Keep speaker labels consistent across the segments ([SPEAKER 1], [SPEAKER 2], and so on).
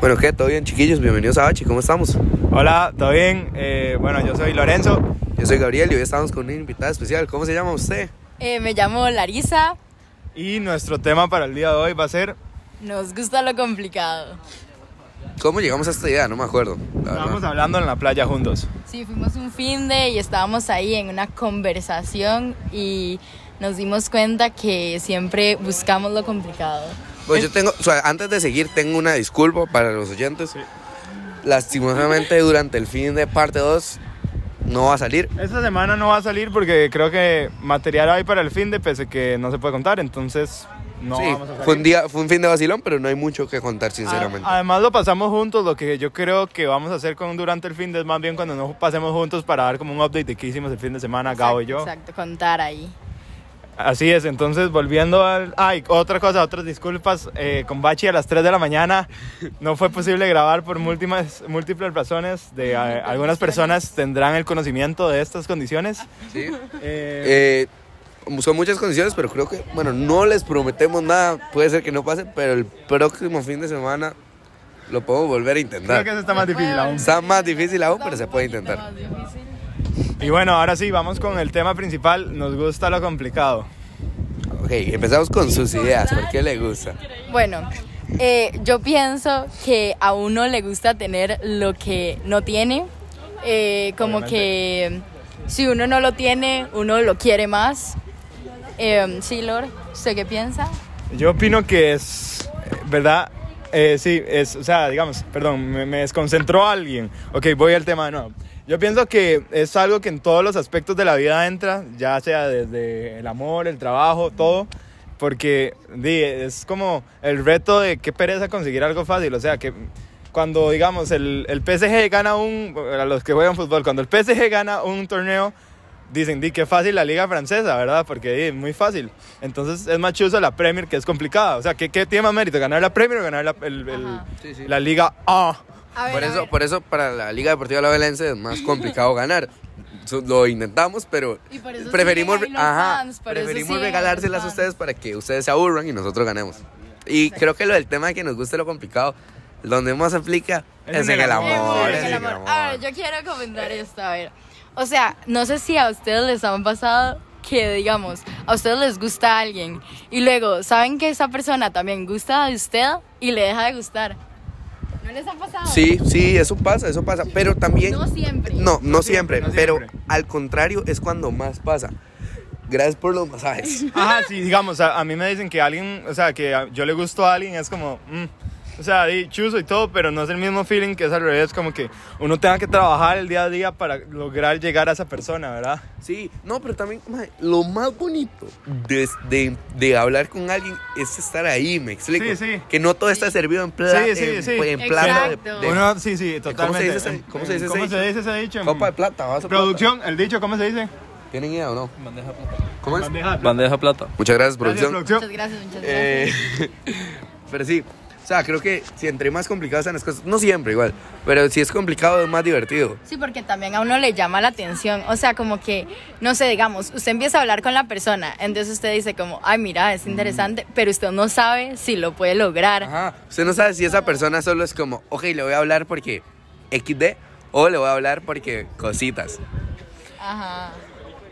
[SPEAKER 1] Bueno, ¿qué? ¿Todo bien, chiquillos? Bienvenidos a Bachi, ¿cómo estamos?
[SPEAKER 2] Hola, ¿todo bien? Eh, bueno, yo soy Lorenzo.
[SPEAKER 1] Yo soy Gabriel y hoy estamos con una invitada especial. ¿Cómo se llama usted?
[SPEAKER 3] Eh, me llamo Larisa.
[SPEAKER 2] Y nuestro tema para el día de hoy va a ser...
[SPEAKER 3] Nos gusta lo complicado.
[SPEAKER 1] ¿Cómo llegamos a esta idea? No me acuerdo. la verdad.
[SPEAKER 2] Estábamos hablando en la playa juntos.
[SPEAKER 3] Sí, fuimos un fin de y estábamos ahí en una conversación y nos dimos cuenta que siempre buscamos lo complicado.
[SPEAKER 1] Bueno, Pues yo tengo, o sea, antes de seguir, tengo una disculpa para los oyentes. Lastimosamente, durante el fin de parte 2 no va a salir.
[SPEAKER 2] Esta semana no va a salir porque creo que material hay para el fin de, pese que no se puede contar, entonces no
[SPEAKER 1] sí,
[SPEAKER 2] vamos a salir. Ah,
[SPEAKER 1] fue un, día, fue un fin de vacilón, pero no hay mucho que contar, sinceramente.
[SPEAKER 2] A- Además lo pasamos juntos, lo que yo creo que vamos a hacer con durante el fin de es más bien cuando nos pasemos juntos para dar como un update de qué hicimos el fin de semana, Gabo y yo.
[SPEAKER 3] Exacto, contar ahí.
[SPEAKER 2] Así es, entonces volviendo al... Ay, otra cosa, otras disculpas. eh, con Bachi a las 3 de la mañana no fue posible grabar por múltiples, múltiples razones. De, eh, algunas personas tendrán el conocimiento de estas condiciones.
[SPEAKER 1] Sí.
[SPEAKER 2] Eh,
[SPEAKER 1] Eh, son muchas condiciones, pero creo que, bueno, no les prometemos nada. Puede ser que no pase, pero el próximo fin de semana lo podemos volver a
[SPEAKER 2] creo que eso
[SPEAKER 1] intentar.
[SPEAKER 2] está más difícil aún.
[SPEAKER 1] Está más difícil aún, pero se puede intentar.
[SPEAKER 2] Y bueno, ahora sí, vamos con el tema principal. Nos gusta lo complicado.
[SPEAKER 1] Ok, empezamos con sus ideas. ¿Por qué le gusta?
[SPEAKER 3] Bueno, eh, yo pienso que a uno le gusta tener lo que no tiene. Eh, como
[SPEAKER 2] Obviamente.
[SPEAKER 3] que si uno no lo tiene, uno lo quiere más. Em, sí, Lord, ¿usted qué piensa?
[SPEAKER 2] Yo opino que es, eh, ¿verdad? Eh, sí, es, o sea, digamos, perdón, me, me desconcentró alguien. Ok, voy al tema de nuevo. Yo pienso que es algo que en todos los aspectos de la vida entra, ya sea desde el amor, el trabajo, todo, porque di, es como el reto de qué pereza conseguir algo fácil, o sea, que cuando, digamos, el, el PSG gana un, a los que juegan fútbol, cuando el PSG gana un torneo, Dicen, di, qué fácil la liga francesa, ¿verdad? Porque di, muy fácil. Entonces es más chuzo la Premier que es complicada. O sea, ¿qué, qué tiene más mérito? ¿Ganar la Premier o ganar la, el- el-
[SPEAKER 3] Ajá.
[SPEAKER 1] Sí, sí.
[SPEAKER 2] la Liga A?
[SPEAKER 1] Por eso, por eso para la Liga Deportiva Alajuelense es más complicado ganar. So- Lo intentamos, pero
[SPEAKER 3] Y por eso
[SPEAKER 1] preferimos,
[SPEAKER 3] siguen ahí los
[SPEAKER 1] ajá,
[SPEAKER 3] fans, por eso
[SPEAKER 1] preferimos
[SPEAKER 3] siguen ahí
[SPEAKER 1] regalárselas a
[SPEAKER 3] los
[SPEAKER 1] ustedes para que ustedes se aburran y nosotros ganemos. Y creo que lo del tema de que nos guste lo complicado, donde más aplica es, en el amor.
[SPEAKER 3] Amor,
[SPEAKER 1] es en el amor.
[SPEAKER 3] A ver, yo quiero comentar esto, a ver. O sea, no sé si a ustedes les han pasado que, digamos, a ustedes les gusta alguien y luego saben que esa persona también gusta de usted y le deja de gustar. ¿No les ha pasado?
[SPEAKER 1] Sí, sí, eso pasa, eso pasa. Pero también.
[SPEAKER 3] No siempre.
[SPEAKER 1] No, no siempre,
[SPEAKER 2] no
[SPEAKER 1] pero
[SPEAKER 2] siempre.
[SPEAKER 1] al contrario es cuando más pasa. Gracias por los masajes.
[SPEAKER 2] Ajá, sí, digamos, a, a mí me dicen que alguien, o sea, que a- yo le gusto a alguien, es como, mm, o sea, di, chuzo y todo, pero no es el mismo feeling que es al revés, como que uno tenga que trabajar el día a día para lograr llegar a esa persona, ¿verdad?
[SPEAKER 1] Sí, no, pero también mae, lo más bonito de, de- de hablar con alguien es estar ahí, me explico.
[SPEAKER 2] Sí, sí.
[SPEAKER 1] Que no todo está servido en, pla-
[SPEAKER 2] Sí, sí,
[SPEAKER 1] en-
[SPEAKER 2] sí.
[SPEAKER 1] en plato de,
[SPEAKER 3] Exacto.
[SPEAKER 1] de
[SPEAKER 2] Uno, sí, sí, totalmente. Eh,
[SPEAKER 1] dice ese- cómo se dice ese
[SPEAKER 2] ¿Cómo
[SPEAKER 1] dicho?
[SPEAKER 2] se dice ese dicho?
[SPEAKER 1] copa de plata. vaso de plata.
[SPEAKER 2] Producción, el dicho, ¿cómo se dice?
[SPEAKER 1] ¿Tienen idea o no? ¿Cómo es?
[SPEAKER 2] Bandeja de plata.
[SPEAKER 4] Bandeja plata.
[SPEAKER 1] Muchas gracias,
[SPEAKER 2] Gracias,
[SPEAKER 1] producción.
[SPEAKER 2] producción.
[SPEAKER 3] Muchas gracias, muchas gracias.
[SPEAKER 1] Eh, pero sí, o sea, creo que si entre más complicadas sean las cosas, no siempre igual, pero si es complicado es más divertido.
[SPEAKER 3] Sí, porque también a uno le llama la atención. O sea, como que, no sé, digamos, usted empieza a hablar con la persona, entonces usted dice como, ay, mira, es interesante, pero usted no sabe si lo puede lograr.
[SPEAKER 1] Ajá. Usted no sabe si esa persona solo es como, ok, le voy a hablar porque XD o le voy a hablar porque cositas.
[SPEAKER 3] Ajá.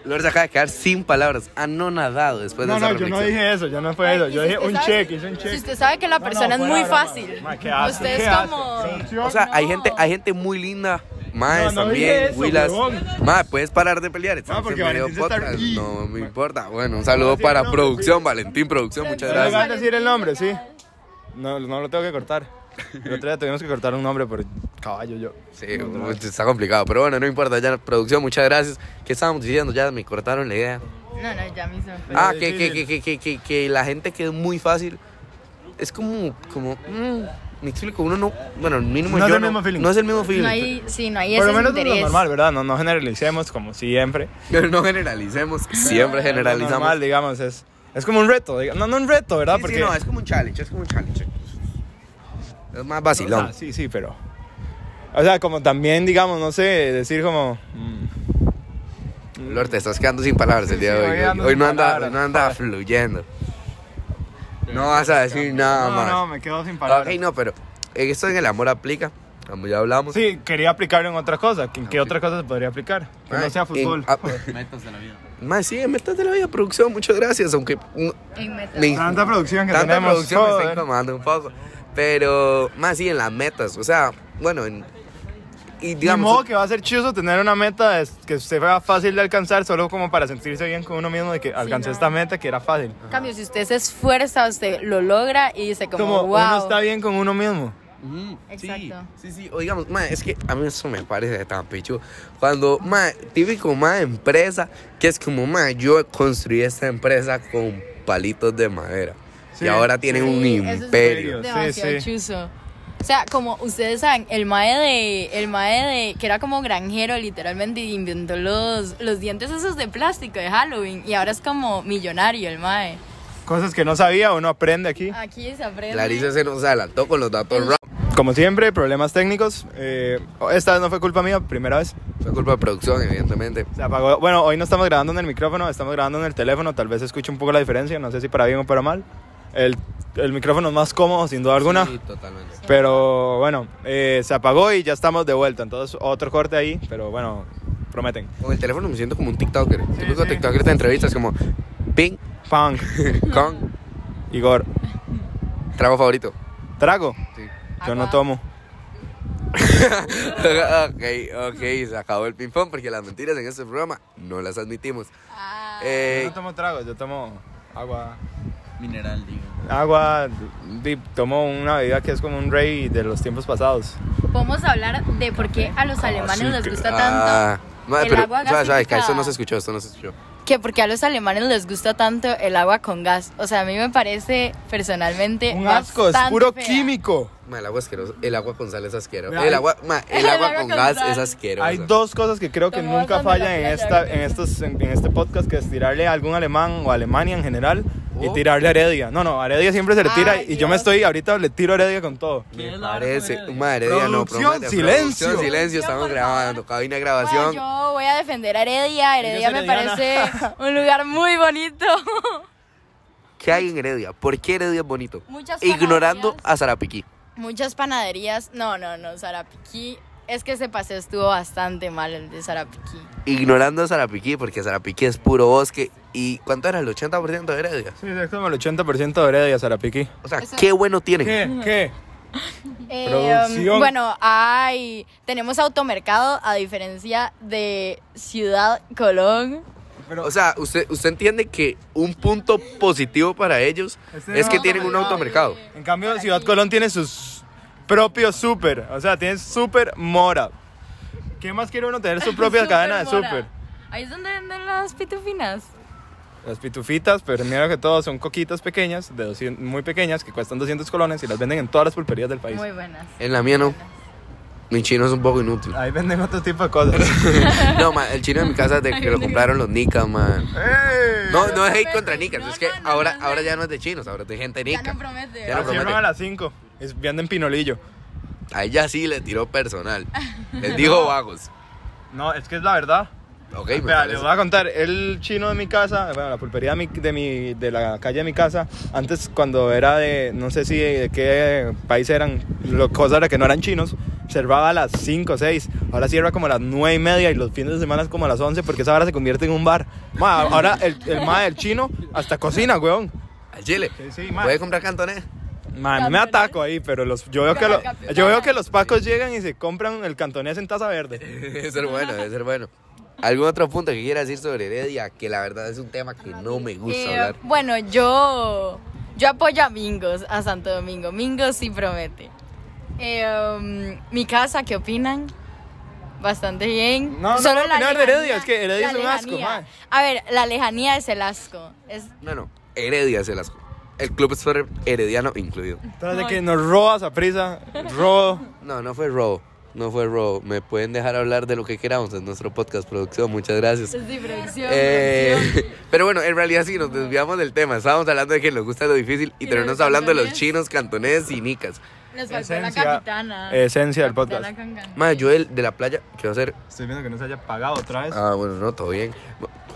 [SPEAKER 1] Lourdes acaba de quedar sin palabras, anonadado después
[SPEAKER 2] No,
[SPEAKER 1] de esa
[SPEAKER 2] no, yo no
[SPEAKER 1] reflexión.
[SPEAKER 2] dije eso, yo no fue
[SPEAKER 3] Ay,
[SPEAKER 2] eso.
[SPEAKER 3] y
[SPEAKER 2] Yo
[SPEAKER 3] si
[SPEAKER 2] dije
[SPEAKER 3] usted
[SPEAKER 2] un
[SPEAKER 3] sabe-
[SPEAKER 2] cheque, hice un
[SPEAKER 3] Si
[SPEAKER 2] cheque.
[SPEAKER 3] usted sabe que la
[SPEAKER 2] No,
[SPEAKER 3] persona
[SPEAKER 2] no,
[SPEAKER 3] es muy
[SPEAKER 2] fuera de
[SPEAKER 3] fácil,
[SPEAKER 2] broma. Ma, qué asco,
[SPEAKER 3] usted
[SPEAKER 2] qué
[SPEAKER 3] es
[SPEAKER 2] asco.
[SPEAKER 3] como...
[SPEAKER 2] Producción.
[SPEAKER 1] O sea, hay
[SPEAKER 3] No.
[SPEAKER 1] gente, hay gente muy linda,
[SPEAKER 2] No,
[SPEAKER 1] maes
[SPEAKER 2] no dije
[SPEAKER 1] también,
[SPEAKER 2] eso,
[SPEAKER 1] Willas.
[SPEAKER 2] huevón.
[SPEAKER 1] Mae, puedes parar de pelear, estamos
[SPEAKER 2] porque
[SPEAKER 1] en medio
[SPEAKER 2] Valentín se está-
[SPEAKER 1] podcast,
[SPEAKER 2] Y-
[SPEAKER 1] no me
[SPEAKER 2] Ma-
[SPEAKER 1] importa. Bueno, un saludo para
[SPEAKER 2] no,
[SPEAKER 1] producción, Valentín Producción, muchas
[SPEAKER 2] ¿No le
[SPEAKER 1] gracias.
[SPEAKER 2] van a decir el nombre, sí? No, no lo tengo que cortar. El otro día tuvimos que cortar un nombre por caballo yo.
[SPEAKER 1] Sí, está complicado, pero bueno, no importa, ya producción, muchas gracias. ¿Qué estábamos diciendo? Ya me cortaron la idea.
[SPEAKER 3] No, no, ya mismo.
[SPEAKER 1] Ah,
[SPEAKER 2] sí,
[SPEAKER 1] que,
[SPEAKER 2] sí,
[SPEAKER 1] que,
[SPEAKER 2] sí.
[SPEAKER 1] que, que, que, que, que la gente que es muy fácil, es como, como, mm, me explico, uno no, bueno, mínimo
[SPEAKER 2] No es
[SPEAKER 1] yo
[SPEAKER 2] el mismo feeling.
[SPEAKER 1] No es el mismo feeling.
[SPEAKER 3] No hay, sí, no hay
[SPEAKER 2] Por
[SPEAKER 3] ese
[SPEAKER 2] lo menos es
[SPEAKER 3] interés.
[SPEAKER 2] lo normal, ¿verdad? No, no generalicemos como siempre.
[SPEAKER 1] Pero no generalicemos, siempre
[SPEAKER 2] Lo
[SPEAKER 1] generalizamos.
[SPEAKER 2] normal, digamos, es, es como un reto. diga- No, no un reto, ¿verdad?
[SPEAKER 1] Sí, sí,
[SPEAKER 2] Porque
[SPEAKER 1] no, es como un challenge, es como un challenge. Es más
[SPEAKER 2] Sí,
[SPEAKER 1] vacilón.
[SPEAKER 2] Ah, sí, sí, pero. O sea, como también, digamos, no sé, decir como. mm,
[SPEAKER 1] Lord, te estás quedando sin palabras el
[SPEAKER 2] Sí,
[SPEAKER 1] día
[SPEAKER 2] sí,
[SPEAKER 1] de
[SPEAKER 2] hoy
[SPEAKER 1] hoy. Hoy,
[SPEAKER 2] ando
[SPEAKER 1] hoy no
[SPEAKER 2] sin
[SPEAKER 1] anda,
[SPEAKER 2] palabras.
[SPEAKER 1] hoy no anda fluyendo. No vas a decir nada
[SPEAKER 2] no,
[SPEAKER 1] más.
[SPEAKER 2] no, me quedo sin
[SPEAKER 1] Ok,
[SPEAKER 2] palabras.
[SPEAKER 1] no, pero eh, esto en el amor aplica, como ya hablamos.
[SPEAKER 2] Sí, quería aplicarlo en otra cosa. ¿En qué otra cosa se podría aplicar? Que no
[SPEAKER 1] Mae,
[SPEAKER 2] sea
[SPEAKER 1] en-
[SPEAKER 2] fútbol.
[SPEAKER 1] ah,
[SPEAKER 4] Metas de la vida.
[SPEAKER 1] mae, sí, en metas de la vida, producción, muchas gracias. Aunque mm,
[SPEAKER 3] En metas.
[SPEAKER 1] me-
[SPEAKER 2] Tanta producción que
[SPEAKER 1] tanta
[SPEAKER 2] tenemos.
[SPEAKER 1] producción me está
[SPEAKER 2] joder.
[SPEAKER 1] incomodando un poco. Pero más sí en las metas, o sea, bueno, en- y
[SPEAKER 2] Ni modo
[SPEAKER 1] digamos,
[SPEAKER 2] que va a ser chido tener una meta es- que sea fácil de alcanzar solo como para sentirse bien con uno mismo de que alcancé
[SPEAKER 3] no.
[SPEAKER 2] esta meta que era fácil.
[SPEAKER 3] En cambio, si usted se esfuerza, usted lo logra y dice como,
[SPEAKER 2] Como
[SPEAKER 3] wow.
[SPEAKER 2] uno está bien con uno mismo.
[SPEAKER 4] Ujú,
[SPEAKER 3] Exacto.
[SPEAKER 1] sí, sí, o digamos, mae, es que a mí eso me parece tan pichu. Cuando, mae, típico, mae, empresa, que es como, mae, yo construí esta empresa con palitos de madera.
[SPEAKER 2] Sí.
[SPEAKER 1] y ahora tienen un
[SPEAKER 3] Sí, eso es
[SPEAKER 1] imperio.
[SPEAKER 2] Sí,
[SPEAKER 3] Demasiado
[SPEAKER 2] sí.
[SPEAKER 3] chuzo. O sea, como ustedes saben, el mae de, el mae de, que era como granjero literalmente, y inventó los, los dientes esos de plástico de Halloween y ahora es como millonario el mae.
[SPEAKER 2] Cosas que no sabía, uno aprende aquí.
[SPEAKER 3] Aquí se aprende.
[SPEAKER 1] Larissa se nos adelantó con los datos rap.
[SPEAKER 2] Como siempre, problemas técnicos. Eh, esta vez no fue culpa mía, primera vez.
[SPEAKER 1] Fue culpa de producción, evidentemente.
[SPEAKER 2] Se apagó. Bueno, hoy no estamos grabando en el micrófono, estamos grabando en el teléfono. Tal vez escuche un poco la diferencia, no sé si para bien o para mal. El, el micrófono es más cómodo, sin duda alguna.
[SPEAKER 1] Sí, totalmente.
[SPEAKER 2] Pero bueno, eh, se apagó y ya estamos de vuelta. Entonces, otro corte ahí, pero bueno, prometen.
[SPEAKER 1] Con el teléfono me siento como un TikToker. Típico
[SPEAKER 2] sí.
[SPEAKER 1] TikToker de entrevistas, como ping,
[SPEAKER 2] Punk,
[SPEAKER 1] con,
[SPEAKER 2] Igor,
[SPEAKER 1] trago favorito.
[SPEAKER 2] trago.
[SPEAKER 1] Sí.
[SPEAKER 2] Yo no
[SPEAKER 3] Agua.
[SPEAKER 2] tomo.
[SPEAKER 1] ok, ok, se acabó el ping-pong porque las mentiras en este programa no las admitimos.
[SPEAKER 3] Ah,
[SPEAKER 1] Eh,
[SPEAKER 2] Yo no tomo trago, yo tomo agua.
[SPEAKER 4] Mineral, digo.
[SPEAKER 2] Agua, di- tomo una bebida que es como un rey de los tiempos pasados.
[SPEAKER 3] Podemos hablar de por qué a los alemanes les gusta
[SPEAKER 1] ah,
[SPEAKER 3] tanto.
[SPEAKER 1] madre,
[SPEAKER 3] el
[SPEAKER 1] pero,
[SPEAKER 3] agua
[SPEAKER 1] ¿sabes, sabes? Que
[SPEAKER 3] gasificada.
[SPEAKER 1] esto no se escuchó, esto no se escuchó.
[SPEAKER 3] Que porque a los alemanes les gusta tanto el agua con gas. O sea, a mí me parece personalmente.
[SPEAKER 2] Un asco, es
[SPEAKER 3] Eh, bastante
[SPEAKER 2] puro
[SPEAKER 3] fea.
[SPEAKER 2] químico.
[SPEAKER 1] Ma, el agua asqueroso, el agua con sal es asqueroso.
[SPEAKER 2] Mira,
[SPEAKER 1] El
[SPEAKER 2] hay-
[SPEAKER 1] agua, ma, el
[SPEAKER 3] El
[SPEAKER 1] agua
[SPEAKER 3] agua
[SPEAKER 1] con
[SPEAKER 3] con
[SPEAKER 1] gas
[SPEAKER 3] sal.
[SPEAKER 1] es asqueroso.
[SPEAKER 2] Hay dos cosas que creo que
[SPEAKER 3] Como
[SPEAKER 2] nunca
[SPEAKER 3] cuando la
[SPEAKER 2] fallan en,
[SPEAKER 3] playa
[SPEAKER 2] esta,
[SPEAKER 3] ahorita.
[SPEAKER 2] en, estos, en, en este podcast, que es tirarle a algún alemán o a Alemania en general y
[SPEAKER 1] Oh.
[SPEAKER 2] tirarle a Heredia. No, no, a Heredia siempre se le tira
[SPEAKER 3] Ay,
[SPEAKER 2] y yo me
[SPEAKER 3] Dios.
[SPEAKER 2] estoy, ahorita le tiro a Heredia con todo.
[SPEAKER 4] ¿Qué
[SPEAKER 1] Me
[SPEAKER 4] es la hora
[SPEAKER 1] parece,
[SPEAKER 4] con el-
[SPEAKER 1] madre, ya no
[SPEAKER 2] Producción,
[SPEAKER 1] promete.
[SPEAKER 2] silencio.
[SPEAKER 1] Producción, silencio, estamos
[SPEAKER 3] Por favor.
[SPEAKER 1] grabando, cabina de
[SPEAKER 3] Bueno,
[SPEAKER 1] grabación.
[SPEAKER 3] yo voy a defender a Heredia. Heredia
[SPEAKER 2] Ella
[SPEAKER 3] me
[SPEAKER 2] es
[SPEAKER 3] parece
[SPEAKER 2] herediana.
[SPEAKER 3] un lugar muy bonito.
[SPEAKER 1] ¿Qué hay en Heredia? ¿Por qué Heredia es bonito?
[SPEAKER 3] Muchas
[SPEAKER 1] Ignorando
[SPEAKER 3] panaderías.
[SPEAKER 1] a Sarapiquí.
[SPEAKER 3] Muchas panaderías. No, no, no, Sarapiquí. Es que ese paseo estuvo bastante mal el de Sarapiquí.
[SPEAKER 1] Ignorando a Sarapiquí, porque Sarapiquí es puro bosque. ¿Y cuánto era? ¿El 80% de Heredia?
[SPEAKER 2] Sí, exacto, como el 80% de Heredia, Sarapiquí.
[SPEAKER 1] O sea,
[SPEAKER 3] Eso-
[SPEAKER 1] qué bueno tienen.
[SPEAKER 2] ¿Qué? ¿Qué?
[SPEAKER 3] Eh,
[SPEAKER 2] Producción.
[SPEAKER 3] um, bueno, hay, tenemos automercado a diferencia de Ciudad Colón.
[SPEAKER 1] O sea, usted, usted entiende que un punto positivo para ellos
[SPEAKER 2] Este
[SPEAKER 1] es que
[SPEAKER 2] no-
[SPEAKER 1] tienen un automercado.
[SPEAKER 2] En cambio, Ciudad Colón tiene sus propios súper. O sea, tiene súper mora. ¿Qué más quiere uno tener su propia cadena de
[SPEAKER 3] Supermora.
[SPEAKER 2] súper?
[SPEAKER 3] Ahí es donde venden las pitufinas.
[SPEAKER 2] Las pitufitas, pero primero que todo, son coquitas pequeñas, de 200 muy pequeñas, que cuestan 200 colones y las venden en todas las pulperías del país.
[SPEAKER 3] Muy buenas.
[SPEAKER 1] En la mía no. Mi chino es un poco inútil.
[SPEAKER 2] Ahí venden otro tipo de cosas.
[SPEAKER 1] No, ma, el chino de mi casa es de que lo compraron los nicas, man.
[SPEAKER 2] ¡Ey!
[SPEAKER 1] No, no es hate contra nicas,
[SPEAKER 3] No,
[SPEAKER 1] es que
[SPEAKER 3] no, no,
[SPEAKER 1] ahora,
[SPEAKER 3] no, no.
[SPEAKER 1] ahora ya no es de chinos, ahora es de gente
[SPEAKER 3] Ya
[SPEAKER 1] nica.
[SPEAKER 3] no promete.
[SPEAKER 1] Ya no
[SPEAKER 3] ¿verdad?
[SPEAKER 1] promete.
[SPEAKER 2] Cierran a las 5. Venden pinolillo.
[SPEAKER 1] A ella sí le tiró personal. Les dijo vagos.
[SPEAKER 2] No, es que es la verdad.
[SPEAKER 1] Ok, me
[SPEAKER 2] Vea, les
[SPEAKER 1] parece.
[SPEAKER 2] voy a contar, el chino de mi casa, bueno, la pulpería de, mi, de, mi- de la calle de mi casa, antes cuando era de, no sé si de, qué país eran, lo, cosas era que no eran chinos, cerraba a las 5 o 6, ahora cierra como a las 9 y media y los fines de semana es como a las 11 porque esa hora se convierte en un bar. Ma, ahora el, el ma del chino hasta cocina, weón.
[SPEAKER 1] Al chile.
[SPEAKER 2] Sí, sí, ma.
[SPEAKER 1] ¿Puede comprar cantonés?
[SPEAKER 2] Ma, a mí me ataco ahí, pero los, yo, veo que lo- yo veo que los pacos llegan y se compran el cantonés en taza verde.
[SPEAKER 1] Debe ser bueno, debe ser bueno. ¿Algún otro punto que quiera decir sobre Heredia? Que la verdad es un tema que no me gusta
[SPEAKER 3] Eh,
[SPEAKER 1] hablar.
[SPEAKER 3] Bueno, yo, yo apoyo a Mingos, a Santo Domingo. Mingos sí promete. Eh, um, Mi casa, ¿qué opinan? Bastante bien.
[SPEAKER 2] No, no voy a opinar de Heredia,
[SPEAKER 3] lejanía-
[SPEAKER 2] es que Heredia
[SPEAKER 3] la
[SPEAKER 2] es un asco,
[SPEAKER 3] lejanía.
[SPEAKER 2] mae.
[SPEAKER 3] A ver, la lejanía es el asco. Es,
[SPEAKER 1] No, no. Heredia es el asco. El club es herediano incluido.
[SPEAKER 2] Tras de que nos robas a prisa, robo.
[SPEAKER 1] No, no fue robo. No fue robo. Me pueden dejar hablar de lo que queramos en nuestro podcast producción. Muchas gracias.
[SPEAKER 3] es de producción,
[SPEAKER 1] Eh,
[SPEAKER 3] producción.
[SPEAKER 1] pero bueno, en realidad sí nos desviamos del tema. Estábamos hablando de que nos gusta lo difícil y
[SPEAKER 3] Y
[SPEAKER 1] terminamos
[SPEAKER 3] los
[SPEAKER 1] hablando de los
[SPEAKER 3] cantones.
[SPEAKER 1] chinos, cantoneses y nicas.
[SPEAKER 3] Les faltó la
[SPEAKER 2] Esencia-
[SPEAKER 3] capitana.
[SPEAKER 2] esencia del
[SPEAKER 3] Capitana
[SPEAKER 2] podcast.
[SPEAKER 3] con ganas.
[SPEAKER 1] Más, yo el de la playa, quiero hacer.
[SPEAKER 2] Estoy viendo que no se haya pagado otra vez.
[SPEAKER 1] Ah, bueno, no, todo bien.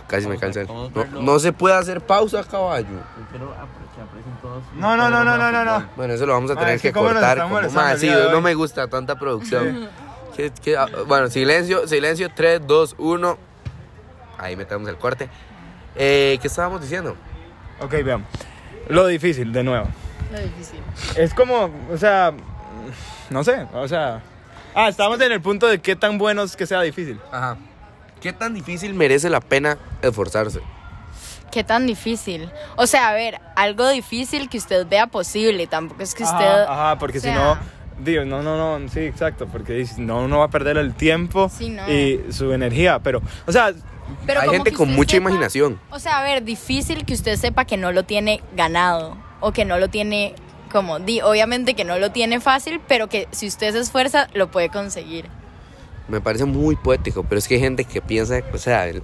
[SPEAKER 1] Casi me
[SPEAKER 4] Vamos a-
[SPEAKER 1] cansé.
[SPEAKER 4] vamos a
[SPEAKER 1] No,
[SPEAKER 4] verlo.
[SPEAKER 1] no se puede hacer pausa, caballo.
[SPEAKER 4] Espero apre- que aprecien todos. su-
[SPEAKER 2] No, no, no, no, no, no, no.
[SPEAKER 4] fútbol.
[SPEAKER 1] Bueno, eso lo vamos a
[SPEAKER 2] Mae,
[SPEAKER 1] tener
[SPEAKER 2] Ah, es que
[SPEAKER 1] que
[SPEAKER 2] cómo nos
[SPEAKER 1] cortar.
[SPEAKER 2] están
[SPEAKER 1] como-
[SPEAKER 2] molestando
[SPEAKER 1] Mae,
[SPEAKER 2] el
[SPEAKER 1] sí,
[SPEAKER 2] día de
[SPEAKER 1] no
[SPEAKER 2] hoy.
[SPEAKER 1] me gusta tanta producción. Que- que- ah, bueno, silencio, silencio, 3, 2, 1. Ahí metemos el corte. Eh, ¿Qué estábamos diciendo?
[SPEAKER 2] Ok, veamos. Lo difícil, de nuevo.
[SPEAKER 3] Lo difícil.
[SPEAKER 2] Es como, o sea, no sé, o sea... Ah, estamos en el punto de qué tan bueno es que sea difícil.
[SPEAKER 1] Ajá. ¿Qué tan difícil merece la pena esforzarse?
[SPEAKER 3] ¿Qué tan difícil? O sea, a ver, algo difícil que usted vea posible. Tampoco es que
[SPEAKER 2] Ajá,
[SPEAKER 3] usted.
[SPEAKER 2] Ajá, porque
[SPEAKER 3] o
[SPEAKER 2] si
[SPEAKER 3] sea,
[SPEAKER 2] no... Digo, no, no, no, sí, exacto, porque dices, no, uno va a perder el tiempo
[SPEAKER 3] Sí, no.
[SPEAKER 2] y su energía, pero, o sea,
[SPEAKER 3] pero
[SPEAKER 1] Hay
[SPEAKER 3] como
[SPEAKER 1] gente
[SPEAKER 3] que
[SPEAKER 1] con
[SPEAKER 3] usted
[SPEAKER 1] mucha
[SPEAKER 3] sepa-
[SPEAKER 1] imaginación.
[SPEAKER 3] O sea, a ver, difícil que usted sepa que no lo tiene ganado o que no lo tiene como di, obviamente que no lo tiene fácil, pero que si usted se esfuerza lo puede conseguir.
[SPEAKER 1] Me parece muy poético, pero es que hay gente que piensa, o sea, el-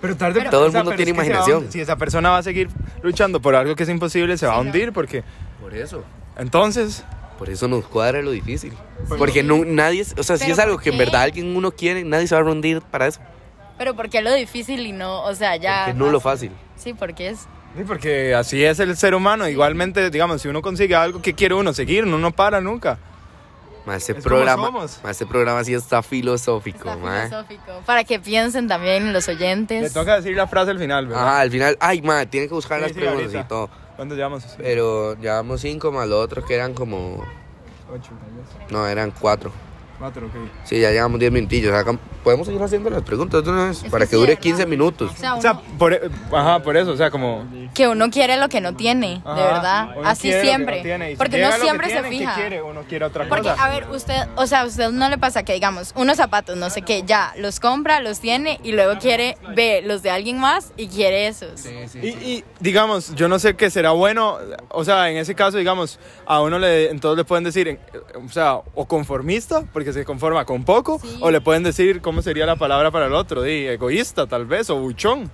[SPEAKER 2] Pero tarde
[SPEAKER 1] Pero- Todo el mundo tiene imaginación.
[SPEAKER 2] Si esa persona va a seguir luchando por algo que es imposible, se va a
[SPEAKER 3] Sí, no.
[SPEAKER 2] hundir porque
[SPEAKER 1] por eso.
[SPEAKER 2] entonces
[SPEAKER 1] Por eso nos cuadra lo difícil.
[SPEAKER 2] Pues
[SPEAKER 1] Porque no, nadie, es- o sea, si
[SPEAKER 3] Pero
[SPEAKER 1] es algo
[SPEAKER 3] ¿por
[SPEAKER 1] que en
[SPEAKER 3] qué?
[SPEAKER 1] verdad alguien uno quiere, nadie se va a rendir para eso.
[SPEAKER 3] Pero ¿por qué lo difícil y no, o sea, ya
[SPEAKER 1] Porque no lo fácil.
[SPEAKER 3] Sí, porque es
[SPEAKER 2] sí, porque así es el ser humano. Igualmente, digamos, si uno consigue algo que quiere uno seguir, uno no para nunca.
[SPEAKER 1] Más este
[SPEAKER 2] Es como
[SPEAKER 1] programa,
[SPEAKER 2] somos.
[SPEAKER 1] ma, este programa sí está filosófico,
[SPEAKER 3] está
[SPEAKER 1] ma.
[SPEAKER 3] filosófico. Para que piensen también los
[SPEAKER 2] Le
[SPEAKER 3] oyentes.
[SPEAKER 2] toca decir la frase al final, ¿verdad?
[SPEAKER 1] Ajá, al final, ay, ma, tienen que buscar
[SPEAKER 2] Sí,
[SPEAKER 1] las
[SPEAKER 2] sí,
[SPEAKER 1] preguntas
[SPEAKER 2] ahorita.
[SPEAKER 1] y todo.
[SPEAKER 2] ¿Cuántos llevamos?
[SPEAKER 1] Pero llevamos cinco más los otros que eran como,
[SPEAKER 2] Ocho, tal vez.
[SPEAKER 1] no, eran cuatro.
[SPEAKER 2] Cuatro, ok.
[SPEAKER 1] Sí, ya llevamos diez minutillos. Hagan- Podemos seguir haciendo las preguntas de una vez
[SPEAKER 3] que
[SPEAKER 1] para que
[SPEAKER 3] sí,
[SPEAKER 1] dure
[SPEAKER 3] ¿verdad?
[SPEAKER 1] 15 minutos.
[SPEAKER 3] O sea,
[SPEAKER 2] O sea,
[SPEAKER 3] uno-
[SPEAKER 2] por, e, ajá, por eso, o sea, como...
[SPEAKER 3] que uno quiere lo que no tiene,
[SPEAKER 2] ajá,
[SPEAKER 3] de verdad.
[SPEAKER 2] uno
[SPEAKER 3] Así
[SPEAKER 2] quiere lo que
[SPEAKER 3] siempre.
[SPEAKER 2] no tiene, y si
[SPEAKER 3] porque
[SPEAKER 2] llega
[SPEAKER 3] no
[SPEAKER 2] lo que
[SPEAKER 3] siempre se
[SPEAKER 2] tiene, ¿qué
[SPEAKER 3] fija.
[SPEAKER 2] quiere? Uno quiere otra
[SPEAKER 3] Porque,
[SPEAKER 2] cosa.
[SPEAKER 3] a ver, usted, o sea, a usted no le pasa que, digamos, unos zapatos, no sé qué, ya los compra, los tiene y luego quiere, ve los de alguien más y quiere esos.
[SPEAKER 2] Y, y, digamos, yo no sé qué será bueno, o sea, en ese caso, digamos, a uno le, entonces le pueden decir, eh, o sea, o conformista, porque se conforma con poco,
[SPEAKER 3] Sí.
[SPEAKER 2] o le pueden decir, ¿cómo sería la palabra para el otro? Di, egoísta, tal vez, o buchón.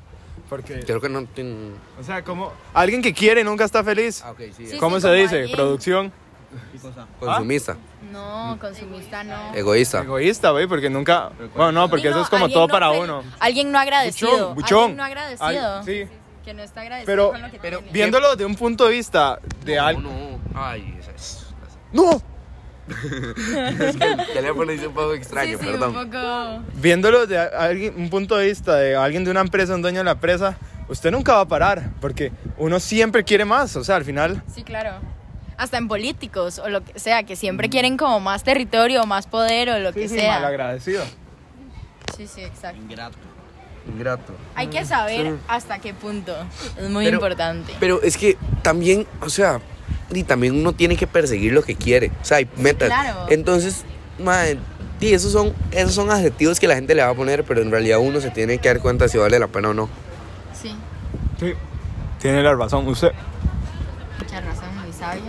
[SPEAKER 2] Porque,
[SPEAKER 1] Creo que no tienen...
[SPEAKER 2] o sea, como, alguien que quiere y nunca está feliz,
[SPEAKER 1] Ah, ok, sí.
[SPEAKER 3] Sí.
[SPEAKER 2] ¿cómo se
[SPEAKER 3] como
[SPEAKER 2] dice?
[SPEAKER 3] alguien-
[SPEAKER 2] Producción.
[SPEAKER 4] ¿Qué cosa?
[SPEAKER 1] Consumista,
[SPEAKER 3] No, consumista no.
[SPEAKER 1] egoísta.
[SPEAKER 2] Egoísta, güey, porque nunca, bueno, no, Eh, porque
[SPEAKER 3] Sí, no,
[SPEAKER 2] eso es como
[SPEAKER 3] alguien
[SPEAKER 2] todo
[SPEAKER 3] no
[SPEAKER 2] para
[SPEAKER 3] fel-
[SPEAKER 2] uno.
[SPEAKER 3] Alguien no agradecido.
[SPEAKER 2] Buchón, buchón.
[SPEAKER 3] Alguien no agradecido.
[SPEAKER 2] Al- sí.
[SPEAKER 3] Que no está agradecido
[SPEAKER 2] Pero-
[SPEAKER 3] con lo que tiene.
[SPEAKER 2] Viéndolo de un punto de vista de
[SPEAKER 1] No,
[SPEAKER 2] algo...
[SPEAKER 1] no. Ay, esa es-
[SPEAKER 2] ¡No!
[SPEAKER 1] el teléfono hizo un poco extraño,
[SPEAKER 3] sí, sí,
[SPEAKER 1] perdón.
[SPEAKER 3] un poco.
[SPEAKER 2] viéndolo desde a- alguien- un punto de vista de alguien de una empresa, un dueño de la empresa, usted nunca va a parar, porque uno siempre quiere más, o sea, al final...
[SPEAKER 3] Sí, claro. Hasta en políticos o lo que sea, que siempre quieren como más territorio o más poder o lo que sea.
[SPEAKER 2] malagradecido.
[SPEAKER 3] sí, sí, exacto.
[SPEAKER 4] Ingrato.
[SPEAKER 1] Ingrato.
[SPEAKER 3] Hay que saber hasta qué punto. Es muy
[SPEAKER 1] Pero-
[SPEAKER 3] importante.
[SPEAKER 1] Pero es que también, o sea, y también uno tiene que perseguir lo que quiere. O sea, hay metas.
[SPEAKER 3] claro.
[SPEAKER 1] Entonces, madre, y esos son, esos son adjetivos que la gente le va a poner, pero en realidad uno se tiene que dar cuenta si vale la pena o no.
[SPEAKER 3] sí,
[SPEAKER 2] Sí, tiene la razón. Usted,
[SPEAKER 3] mucha razón, muy sabio.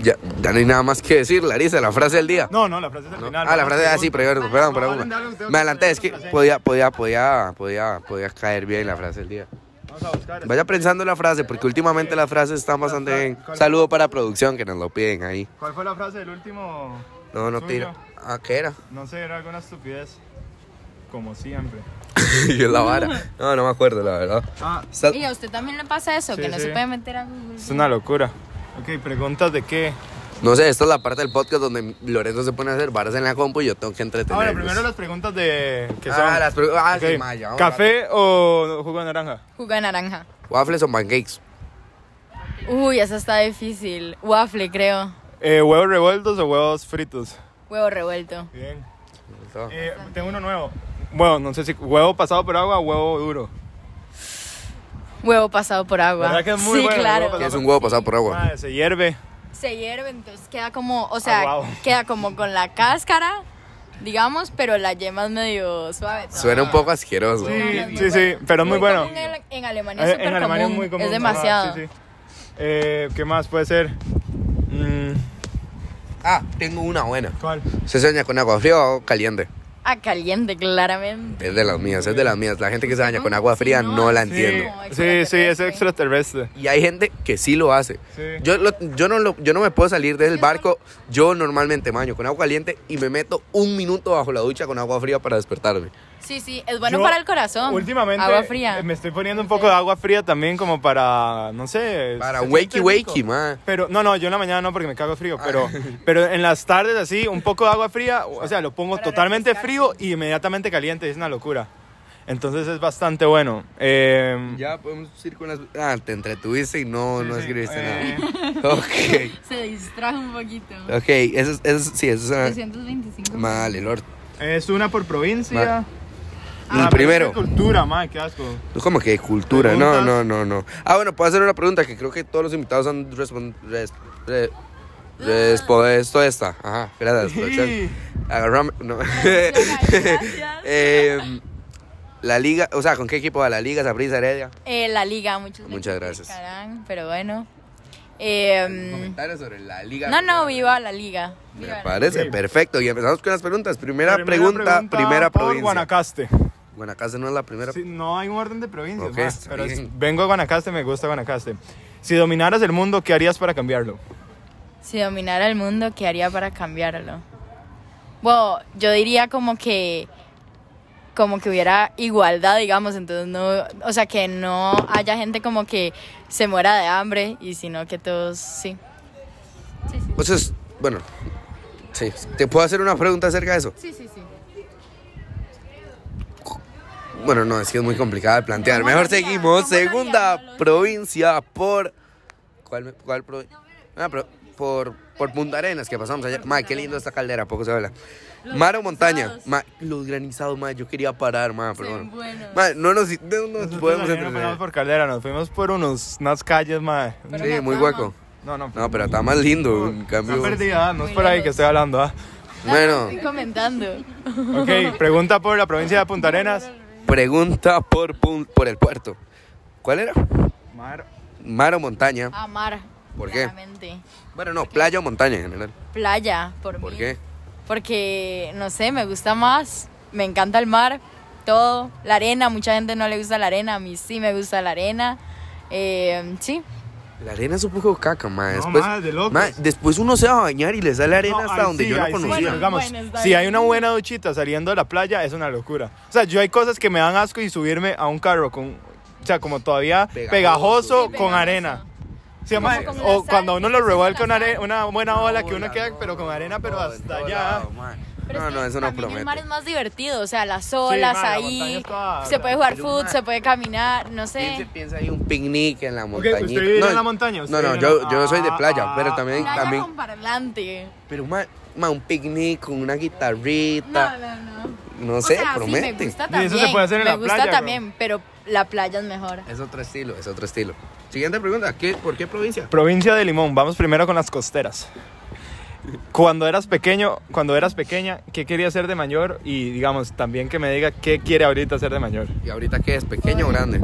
[SPEAKER 1] Y Ya, ya no hay nada más que decir, Larisa, la frase del día.
[SPEAKER 2] no, no, la frase es al
[SPEAKER 1] No.
[SPEAKER 2] final.
[SPEAKER 1] ah, la frase, ah, sí,
[SPEAKER 2] pero
[SPEAKER 1] perdón, perdón, perdón.
[SPEAKER 2] valen darle usted otra
[SPEAKER 1] Me adelanté, es que
[SPEAKER 2] frase.
[SPEAKER 1] podía, podía, podía, podía, podía caer bien la frase del día.
[SPEAKER 2] Vamos a buscar.
[SPEAKER 1] Vaya pensando la frase, porque últimamente las frases están bastante bien. Saludo para producción, que nos lo piden ahí.
[SPEAKER 2] ¿Cuál fue la frase del último?
[SPEAKER 1] No, no
[SPEAKER 2] Suyo.
[SPEAKER 1] tira. Ah, ¿qué era?
[SPEAKER 2] No sé, era alguna estupidez. Como siempre.
[SPEAKER 1] Y es la vara. No, no me acuerdo, la verdad.
[SPEAKER 2] Ah,
[SPEAKER 1] Está-
[SPEAKER 3] Y a usted también le pasa eso,
[SPEAKER 2] Sí,
[SPEAKER 3] que no
[SPEAKER 2] sí.
[SPEAKER 3] se puede meter a Google.
[SPEAKER 2] es una locura. Ok, preguntas de qué.
[SPEAKER 1] No sé, esta es la parte del podcast donde Lorenzo se pone a hacer varas en la compu y yo tengo que entretenerlos.
[SPEAKER 2] Ahora, primero las preguntas de. que son?
[SPEAKER 1] Ah, las pre- ah,
[SPEAKER 2] Ok,
[SPEAKER 1] sí, ma, ya, vamos
[SPEAKER 2] ¿Café o jugo de naranja?
[SPEAKER 3] Jugo de naranja.
[SPEAKER 1] rápido. Waffles o pancakes.
[SPEAKER 3] Uy, esa está difícil. Waffle, creo.
[SPEAKER 2] Eh, ¿Huevos revueltos o huevos fritos?
[SPEAKER 3] Huevo revuelto.
[SPEAKER 2] Bien. Eh, tengo uno nuevo. Bueno, no sé si huevo pasado por agua o huevo duro.
[SPEAKER 3] Huevo pasado por agua.
[SPEAKER 2] ¿Verdad que es muy
[SPEAKER 3] sí,
[SPEAKER 2] bueno el
[SPEAKER 3] claro.
[SPEAKER 2] huevo
[SPEAKER 1] Que es un huevo pasado por agua.
[SPEAKER 2] Ah, se hierve.
[SPEAKER 3] Se hierve, entonces queda como, o sea,
[SPEAKER 2] Aguado.
[SPEAKER 3] queda como con la cáscara, digamos, pero la yema es medio suave. todavía.
[SPEAKER 1] Suena un poco asqueroso.
[SPEAKER 2] Sí,
[SPEAKER 3] no, no,
[SPEAKER 2] sí, sí,
[SPEAKER 3] muy bueno.
[SPEAKER 2] pero es muy bueno.
[SPEAKER 3] común En, en Alemania es
[SPEAKER 2] Eh,
[SPEAKER 3] súper
[SPEAKER 2] En Alemania es
[SPEAKER 3] común,
[SPEAKER 2] muy común.
[SPEAKER 3] Es demasiado.
[SPEAKER 2] Ajá, sí, sí. Eh, ¿Qué más puede ser? Mm,
[SPEAKER 1] Ah, tengo una buena.
[SPEAKER 2] ¿Cuál?
[SPEAKER 1] ¿Se sueña con agua fría o caliente?
[SPEAKER 3] Ah, caliente, claramente.
[SPEAKER 1] Es de las mías, es de las mías. La gente que se baña con agua
[SPEAKER 3] Sí,
[SPEAKER 1] fría
[SPEAKER 3] no,
[SPEAKER 1] no la
[SPEAKER 3] sí.
[SPEAKER 1] entiendo.
[SPEAKER 3] Como
[SPEAKER 2] Sí, sí, es
[SPEAKER 3] extraterrestre.
[SPEAKER 2] extraterrestre.
[SPEAKER 1] Y hay gente que sí lo hace.
[SPEAKER 2] Sí.
[SPEAKER 1] Yo, lo- yo, no lo- yo no me puedo salir del barco. Yo normalmente me baño con agua caliente y me meto un minuto bajo la ducha con agua fría para despertarme.
[SPEAKER 3] Sí, sí, es bueno
[SPEAKER 2] Yo,
[SPEAKER 3] para el corazón.
[SPEAKER 2] Últimamente
[SPEAKER 3] Agua fría.
[SPEAKER 2] eh, me estoy poniendo un poco de agua fría también como para, no sé.
[SPEAKER 1] Para
[SPEAKER 2] se
[SPEAKER 1] wakey
[SPEAKER 2] siente
[SPEAKER 1] wakey,
[SPEAKER 2] rico.
[SPEAKER 1] ma.
[SPEAKER 2] Pero no, no, yo en la mañana no porque me cago
[SPEAKER 1] Ah.
[SPEAKER 2] frío, pero, pero en las tardes así, un poco de agua fría, o sea, lo pongo
[SPEAKER 3] Para
[SPEAKER 2] totalmente
[SPEAKER 3] refrescarse.
[SPEAKER 2] frío y inmediatamente caliente, es una locura. Entonces es bastante bueno. Eh,
[SPEAKER 1] Ya podemos ir con las. Ah, te entretuviste y no, no
[SPEAKER 2] sí,
[SPEAKER 1] escribiste
[SPEAKER 2] eh,
[SPEAKER 1] nada. Ok.
[SPEAKER 3] Se distrajo un poquito.
[SPEAKER 1] Ok, eso, es- eso sí, eso es.
[SPEAKER 3] 225.
[SPEAKER 1] una- Vale, Lord.
[SPEAKER 2] Es una por provincia.
[SPEAKER 1] Ma- El
[SPEAKER 2] Ah, pero
[SPEAKER 1] primero.
[SPEAKER 2] es de cultura, madre, qué asco.
[SPEAKER 1] Como que cultura, no,
[SPEAKER 2] Preguntas.
[SPEAKER 1] no, no, no. Ah, bueno, puedo hacer una pregunta que creo que todos los invitados han respondido. respuesto esta. Ajá, gracias. producción. Agarrame. No.
[SPEAKER 3] Gracias.
[SPEAKER 1] Eh, la liga, o sea, ¿con qué equipo va la liga? Saprissa, Heredia.
[SPEAKER 3] Eh, la liga, muchos me
[SPEAKER 1] Muchas gracias.
[SPEAKER 3] criticarán, Pero bueno. Eh,
[SPEAKER 1] Comentarios sobre la liga.
[SPEAKER 3] no, no, viva la liga.
[SPEAKER 1] Me
[SPEAKER 3] Viva la-
[SPEAKER 1] parece
[SPEAKER 2] Sí.
[SPEAKER 1] perfecto. Y empezamos con las preguntas. Primera, pregunta, primera
[SPEAKER 2] por
[SPEAKER 1] provincia.
[SPEAKER 2] Guanacaste.
[SPEAKER 1] Guanacaste no es la primera.
[SPEAKER 2] Sí, no hay un orden de provincias,
[SPEAKER 1] Ok,
[SPEAKER 2] ma,
[SPEAKER 1] está
[SPEAKER 2] pero
[SPEAKER 1] bien.
[SPEAKER 2] es- vengo a Guanacaste, me gusta Guanacaste. Si dominaras el mundo, ¿qué harías para cambiarlo?
[SPEAKER 3] Si dominara el mundo, ¿qué haría para cambiarlo? Bueno, yo diría como que como que hubiera igualdad, digamos, entonces no, o sea, que no haya gente como que se muera de hambre y sino que todos sí.
[SPEAKER 1] O sea, Pues es- bueno, sí. ¿Te puedo hacer una pregunta acerca de eso?
[SPEAKER 3] Sí, sí, sí.
[SPEAKER 1] Bueno, no, es que es muy complicado de plantear.
[SPEAKER 3] Vamos
[SPEAKER 1] Mejor
[SPEAKER 3] a la liga,
[SPEAKER 1] seguimos.
[SPEAKER 3] vamos a la liga,
[SPEAKER 1] Segunda
[SPEAKER 3] no lo sé.
[SPEAKER 1] provincia por. ¿Cuál, me- cuál pro- Ah, pero por, por Punta Arenas, que pasamos allá. Ma, qué lindo esta caldera, poco se habla. Mar o montaña.
[SPEAKER 3] granizados.
[SPEAKER 1] Ma, los granizados, ma, yo quería parar, ma, pero
[SPEAKER 3] Son
[SPEAKER 1] bueno.
[SPEAKER 3] buenos.
[SPEAKER 1] Ma, no nos, no nos
[SPEAKER 2] Nosotros
[SPEAKER 1] podemos
[SPEAKER 2] también no
[SPEAKER 1] entretener.
[SPEAKER 2] pasamos por Caldera, nos fuimos por unos, unas calles, madre.
[SPEAKER 3] Pero
[SPEAKER 1] Sí,
[SPEAKER 3] no,
[SPEAKER 1] muy
[SPEAKER 3] no,
[SPEAKER 1] hueco.
[SPEAKER 2] No, no,
[SPEAKER 1] No, pero está más lindo, en
[SPEAKER 2] está
[SPEAKER 1] cambio.
[SPEAKER 2] perdida, ¿ah? no es
[SPEAKER 3] Muy
[SPEAKER 2] por ahí
[SPEAKER 3] lejos.
[SPEAKER 2] que estoy hablando. ah.
[SPEAKER 1] Bueno,
[SPEAKER 3] Estoy comentando.
[SPEAKER 2] Ok, pregunta por la provincia de Punta Arenas.
[SPEAKER 1] pregunta por, pun- por el puerto. ¿Cuál era?
[SPEAKER 2] Mar,
[SPEAKER 1] Mar o montaña.
[SPEAKER 3] Amar.
[SPEAKER 1] ¿Por qué?
[SPEAKER 3] claramente.
[SPEAKER 1] Bueno, no, playa o montaña en general.
[SPEAKER 3] Playa, por
[SPEAKER 1] ¿Por
[SPEAKER 3] mí.
[SPEAKER 1] qué?
[SPEAKER 3] Porque, no sé, me gusta más, me encanta el mar, todo, la arena, mucha gente no le gusta la arena, a mí sí me gusta la arena, eh, sí,
[SPEAKER 1] La arena es un poco caca, ma.
[SPEAKER 2] No,
[SPEAKER 1] Ah, Después,
[SPEAKER 2] ma, de locos.
[SPEAKER 1] ma, después uno se va a bañar y le sale arena
[SPEAKER 2] No,
[SPEAKER 1] hasta
[SPEAKER 2] ahí
[SPEAKER 1] donde
[SPEAKER 2] sí,
[SPEAKER 1] yo no
[SPEAKER 2] ahí sí.
[SPEAKER 1] conocía.
[SPEAKER 3] Bueno,
[SPEAKER 2] Digamos,
[SPEAKER 3] bueno, está
[SPEAKER 2] si
[SPEAKER 3] bien.
[SPEAKER 2] hay una buena duchita saliendo de la playa, es una locura. O sea, yo hay cosas que me dan asco y subirme a un carro con. O sea, como todavía
[SPEAKER 1] Pegajoso.
[SPEAKER 2] pegajoso,
[SPEAKER 3] Sí,
[SPEAKER 2] con
[SPEAKER 3] pegajoso.
[SPEAKER 2] arena. Sí,
[SPEAKER 1] Como
[SPEAKER 2] mae,
[SPEAKER 1] con la
[SPEAKER 2] o
[SPEAKER 3] sal,
[SPEAKER 2] cuando uno lo
[SPEAKER 3] que
[SPEAKER 2] revuelca
[SPEAKER 3] es
[SPEAKER 2] con
[SPEAKER 3] la
[SPEAKER 2] are-
[SPEAKER 3] sal.
[SPEAKER 2] una buena ola que uno
[SPEAKER 1] Hola,
[SPEAKER 2] queda,
[SPEAKER 1] no,
[SPEAKER 2] pero con arena, pero
[SPEAKER 1] no, en
[SPEAKER 2] hasta
[SPEAKER 1] todo
[SPEAKER 2] allá.
[SPEAKER 1] lado, ma.
[SPEAKER 3] Pero
[SPEAKER 1] No,
[SPEAKER 3] es que
[SPEAKER 1] no, eso no
[SPEAKER 3] también
[SPEAKER 1] promete.
[SPEAKER 3] el mar es más divertido, o sea, las
[SPEAKER 2] ma,
[SPEAKER 3] olas
[SPEAKER 2] la montaña
[SPEAKER 3] ahí,
[SPEAKER 2] está-
[SPEAKER 3] se puede jugar
[SPEAKER 1] Pero
[SPEAKER 3] fútbol,
[SPEAKER 1] una-
[SPEAKER 3] se puede caminar, no
[SPEAKER 1] Piensa,
[SPEAKER 3] sé.
[SPEAKER 1] piensa ahí un picnic en la
[SPEAKER 2] ¿usted
[SPEAKER 1] montañita.
[SPEAKER 2] vive en la montaña?
[SPEAKER 1] No,
[SPEAKER 2] ¿Usted
[SPEAKER 1] no,
[SPEAKER 2] vive en
[SPEAKER 1] yo,
[SPEAKER 2] la-
[SPEAKER 1] yo soy de playa,
[SPEAKER 2] Ah,
[SPEAKER 1] pero también,
[SPEAKER 3] Playa
[SPEAKER 1] también,
[SPEAKER 3] con parlante.
[SPEAKER 1] pero ma, ma, un picnic con una
[SPEAKER 3] No,
[SPEAKER 1] guitarrita,
[SPEAKER 3] no, no.
[SPEAKER 1] no,
[SPEAKER 3] O
[SPEAKER 1] sé,
[SPEAKER 3] sea, sí,
[SPEAKER 1] promete.
[SPEAKER 3] me gusta
[SPEAKER 2] Y
[SPEAKER 3] también.
[SPEAKER 2] eso se puede hacer en
[SPEAKER 3] me
[SPEAKER 2] la
[SPEAKER 3] gusta
[SPEAKER 2] playa,
[SPEAKER 3] también, pero la playa es mejor.
[SPEAKER 1] Es otro estilo, es otro estilo. Siguiente pregunta, ¿qué, ¿por qué provincia?
[SPEAKER 2] Provincia de Limón, vamos primero con las costeras. Cuando eras pequeño, cuando eras pequeña, ¿qué querías ser de mayor? Y digamos, también que me diga qué quiere ahorita ser de mayor.
[SPEAKER 1] ¿Y ahorita qué es? ¿Pequeña o grande?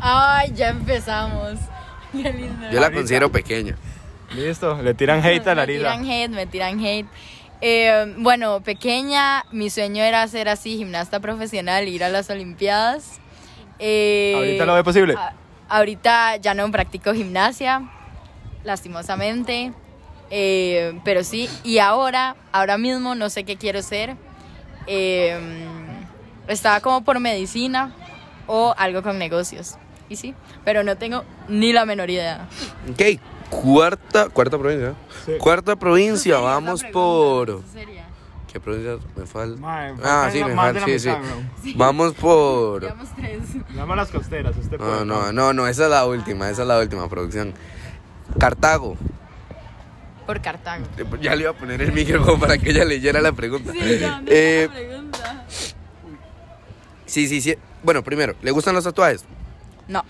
[SPEAKER 3] Ay, ya empezamos. Qué lindo.
[SPEAKER 1] Yo la considero pequeña.
[SPEAKER 2] Listo, le tiran hate a la
[SPEAKER 3] Me
[SPEAKER 2] Lila.
[SPEAKER 3] tiran hate, me tiran hate. Eh, bueno, pequeña, mi sueño era ser así, gimnasta profesional, ir a las Olimpiadas. Eh,
[SPEAKER 2] ¿Ahorita lo ve posible?
[SPEAKER 3] a- ahorita ya no practico gimnasia, lastimosamente. Eh, pero sí, y ahora, ahora mismo no sé qué quiero ser. Eh, estaba como por medicina o algo con negocios. Y sí, pero no tengo ni la menor idea.
[SPEAKER 1] Ok, cuarta, cuarta provincia.
[SPEAKER 2] Sí.
[SPEAKER 1] Cuarta provincia, vamos por...
[SPEAKER 3] Sería.
[SPEAKER 1] ¿Qué provincia me falta?
[SPEAKER 2] Mae,
[SPEAKER 1] ah,
[SPEAKER 2] faltan
[SPEAKER 1] sí,
[SPEAKER 2] la-
[SPEAKER 1] me
[SPEAKER 2] más de
[SPEAKER 1] falta,
[SPEAKER 2] la
[SPEAKER 1] sí, sí.
[SPEAKER 2] mitad, bro.
[SPEAKER 1] Vamos por...
[SPEAKER 3] Digamos tres.
[SPEAKER 2] Vamos a las costeras, este usted
[SPEAKER 1] No, no, no, no, esa es la última, esa es la última producción. Cartago.
[SPEAKER 3] Por Cartago.
[SPEAKER 1] Ya le iba a poner el micrófono para que ella leyera la pregunta. Eh, sí, sí, sí. Bueno, primero, ¿le gustan los tatuajes?
[SPEAKER 3] No.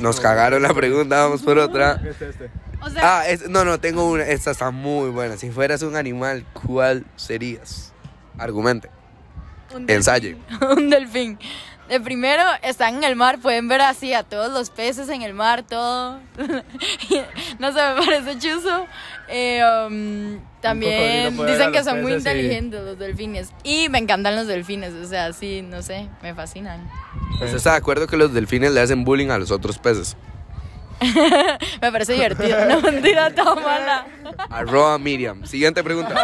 [SPEAKER 1] Nos cagaron la pregunta, vamos por otra.
[SPEAKER 2] ¿Qué es este?
[SPEAKER 3] O sea,
[SPEAKER 1] Ah, es- no, no, tengo una. Esta está muy buena. Si fueras un animal, ¿cuál serías? Argumente.
[SPEAKER 3] un
[SPEAKER 1] Ensaye.
[SPEAKER 3] delfín. un delfín. De primero, están en el mar, pueden ver así a todos los peces en el mar, todo. no se me parece chuzo. Eh, um, también
[SPEAKER 2] cocodrilo puede ver
[SPEAKER 3] dicen
[SPEAKER 2] a
[SPEAKER 3] que
[SPEAKER 2] los
[SPEAKER 3] son muy
[SPEAKER 2] peces y-
[SPEAKER 3] inteligentes los delfines. Y me encantan los delfines, o sea, sí, no sé, me fascinan.
[SPEAKER 1] ¿Usted está de acuerdo que los delfines le hacen bullying a los otros peces?
[SPEAKER 3] Me parece divertido. No, mentira, todo mala.
[SPEAKER 1] Arroba Miriam. Siguiente pregunta.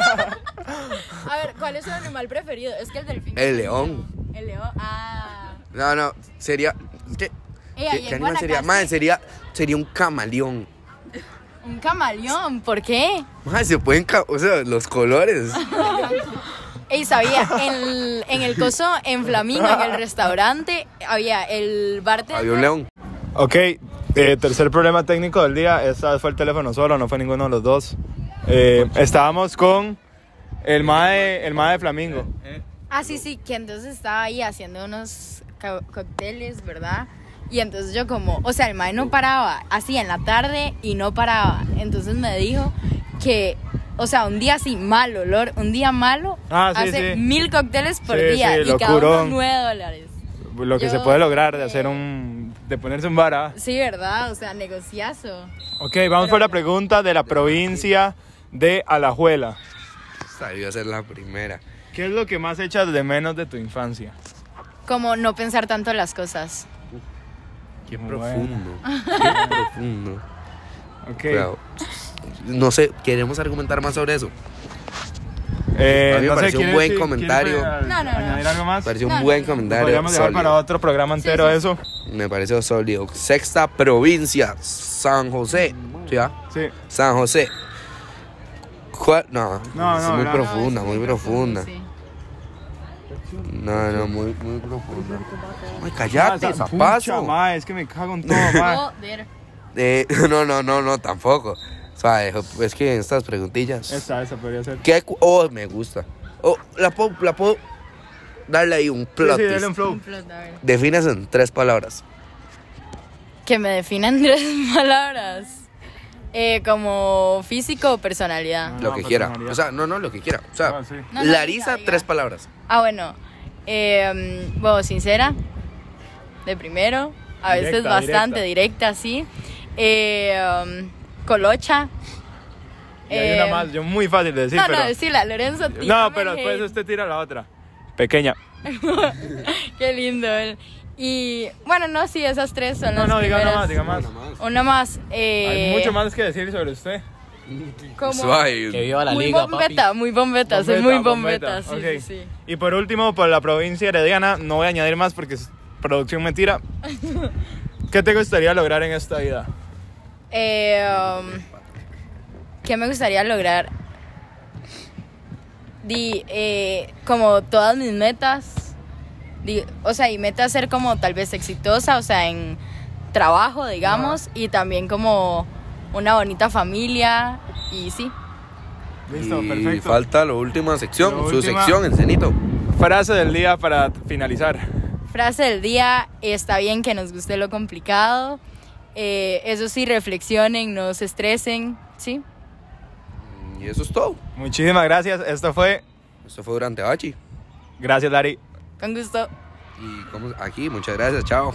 [SPEAKER 3] A ver, ¿cuál es su animal preferido? Es que el delfín.
[SPEAKER 1] El león.
[SPEAKER 3] El león. Ah.
[SPEAKER 1] No, no, sería. ¿Qué?
[SPEAKER 3] Ey,
[SPEAKER 1] ¿Qué,
[SPEAKER 3] ahí
[SPEAKER 1] qué
[SPEAKER 3] en
[SPEAKER 1] animal sería?
[SPEAKER 3] Guanacaste-
[SPEAKER 1] Madre, sería, sería un camaleón.
[SPEAKER 3] Un camaleón, ¿por qué?
[SPEAKER 1] Madre, se pueden. ca- O sea, los colores.
[SPEAKER 3] Ey, sabía, en el, en el coso, en Flamingo, en el restaurante, había el bartender.
[SPEAKER 1] Había un león.
[SPEAKER 2] Ok, eh, tercer problema técnico del día. Esta fue el teléfono solo, no fue ninguno de los dos. Eh, estábamos con el mae, el mae de Flamingo.
[SPEAKER 3] Ah, sí, sí, que entonces estaba ahí haciendo unos ca- cócteles, ¿verdad? Y entonces yo como, o sea, el mae no paraba, así en la tarde y no paraba. Entonces me dijo que, o sea, un día así mal olor, un día malo,
[SPEAKER 2] Ah, sí,
[SPEAKER 3] hace
[SPEAKER 2] sí.
[SPEAKER 3] mil cócteles por
[SPEAKER 2] Sí,
[SPEAKER 3] día
[SPEAKER 2] sí,
[SPEAKER 3] y cada uno
[SPEAKER 2] locurón.
[SPEAKER 3] nueve dólares.
[SPEAKER 2] Lo que
[SPEAKER 3] Yo-
[SPEAKER 2] se puede lograr de hacer un. de ponerse un vara.
[SPEAKER 3] Sí, ¿verdad? O sea, negociazo.
[SPEAKER 2] Ok, vamos por la pregunta de la provincia de Alajuela.
[SPEAKER 1] Esta iba a ser la primera.
[SPEAKER 2] ¿Qué es lo que más echas de menos de tu infancia?
[SPEAKER 3] Como no pensar tanto en las cosas.
[SPEAKER 1] Qué
[SPEAKER 2] Bueno.
[SPEAKER 1] profundo. Qué profundo.
[SPEAKER 2] Ok.
[SPEAKER 1] Pero, no sé, queremos argumentar más sobre eso.
[SPEAKER 2] Eh,
[SPEAKER 1] A mí me
[SPEAKER 2] no sé,
[SPEAKER 1] pareció un
[SPEAKER 2] ¿quieres-
[SPEAKER 1] buen
[SPEAKER 2] sí,
[SPEAKER 1] comentario.
[SPEAKER 2] quieres, eh,
[SPEAKER 3] No, no, no.
[SPEAKER 2] añadir algo más?
[SPEAKER 1] Pareció
[SPEAKER 3] No,
[SPEAKER 1] un
[SPEAKER 3] no,
[SPEAKER 1] buen
[SPEAKER 3] no.
[SPEAKER 1] comentario.
[SPEAKER 2] Podríamos dejar para
[SPEAKER 1] Sólido.
[SPEAKER 2] otro programa entero eso.
[SPEAKER 1] Me pareció sólido. Sexta provincia, San José.
[SPEAKER 2] Mm,
[SPEAKER 1] ¿Sí, ah?
[SPEAKER 2] Sí.
[SPEAKER 1] San José. ¿Cuál? No,
[SPEAKER 2] No,
[SPEAKER 1] es
[SPEAKER 2] no,
[SPEAKER 1] muy
[SPEAKER 2] no.
[SPEAKER 1] profunda, muy profunda.
[SPEAKER 3] Sí.
[SPEAKER 1] No, no, muy, muy profunda. Ay,
[SPEAKER 2] Ya
[SPEAKER 1] callate,
[SPEAKER 2] te
[SPEAKER 1] zapazo.
[SPEAKER 2] es que me cago en todo, ma.
[SPEAKER 3] Joder.
[SPEAKER 1] Eh, no, no, no, no, tampoco. O sea, eh, es que en estas preguntillas.
[SPEAKER 2] Esta, esta podría ser.
[SPEAKER 1] ¿Qué? cu- Oh, me gusta. Oh, la puedo, la puedo darle ahí un plot.
[SPEAKER 2] Sí, sí,
[SPEAKER 1] twist.
[SPEAKER 2] dale un flow.
[SPEAKER 3] Explota, a ver.
[SPEAKER 1] Defines en tres palabras.
[SPEAKER 3] Que me definan tres palabras. Eh, como físico o personalidad.
[SPEAKER 1] lo
[SPEAKER 2] No,
[SPEAKER 1] que quiera.
[SPEAKER 2] personalidad.
[SPEAKER 1] O sea, no, no, lo que quiera. O sea,
[SPEAKER 2] pues Ah, sí.
[SPEAKER 3] No, no,
[SPEAKER 1] Larisa,
[SPEAKER 3] diga, diga.
[SPEAKER 1] tres palabras.
[SPEAKER 3] Ah, bueno. Eh, mm, bueno, sincera. De primero. A veces
[SPEAKER 2] Directa,
[SPEAKER 3] bastante directa, sí. Eh, mm, colocha.
[SPEAKER 2] Y hay
[SPEAKER 3] Eh,
[SPEAKER 2] una más, yo muy fácil de decir,
[SPEAKER 3] no, no,
[SPEAKER 2] pero.
[SPEAKER 3] decíla, Lorenzo. tírame
[SPEAKER 2] no, pero pues,
[SPEAKER 3] el
[SPEAKER 2] después
[SPEAKER 3] hate.
[SPEAKER 2] usted tira la otra. Pequeña.
[SPEAKER 3] Qué lindo él. Y bueno, no, sí, esas tres son
[SPEAKER 2] No,
[SPEAKER 3] las
[SPEAKER 2] no, diga una
[SPEAKER 3] primeras.
[SPEAKER 2] más, diga más.
[SPEAKER 3] Una más. Eh,
[SPEAKER 2] Hay mucho más que decir sobre usted.
[SPEAKER 3] como-
[SPEAKER 5] Que
[SPEAKER 1] Suave.
[SPEAKER 5] viva la
[SPEAKER 3] muy
[SPEAKER 5] liga, papi.
[SPEAKER 3] bombeta, muy bombeta, soy muy bombeta, sí,
[SPEAKER 2] ok.
[SPEAKER 3] sí, sí.
[SPEAKER 2] Y por último, por la provincia herediana, no voy a añadir más porque es producción mentira. ¿Qué te gustaría lograr en esta vida?
[SPEAKER 3] Eh, um, ¿Qué me gustaría lograr? Di, eh, como todas mis metas. Di- o sea, y meta ser como tal vez exitosa, o sea, en trabajo, digamos, y también como una bonita familia. Y sí,
[SPEAKER 2] Listo,
[SPEAKER 1] y
[SPEAKER 2] perfecto.
[SPEAKER 1] falta la última sección,
[SPEAKER 2] La
[SPEAKER 1] su
[SPEAKER 2] última.
[SPEAKER 1] sección, Encenito.
[SPEAKER 2] Frase del día para finalizar.
[SPEAKER 3] frase del día, está bien que nos guste lo complicado. Eh, eso sí, reflexionen, no se estresen, ¿sí?
[SPEAKER 1] Y eso es todo.
[SPEAKER 2] Muchísimas gracias. Esto fue.
[SPEAKER 1] Esto fue durante Bachi.
[SPEAKER 2] Gracias, Dari.
[SPEAKER 3] Con gusto.
[SPEAKER 1] Y como aquí, muchas gracias, chao.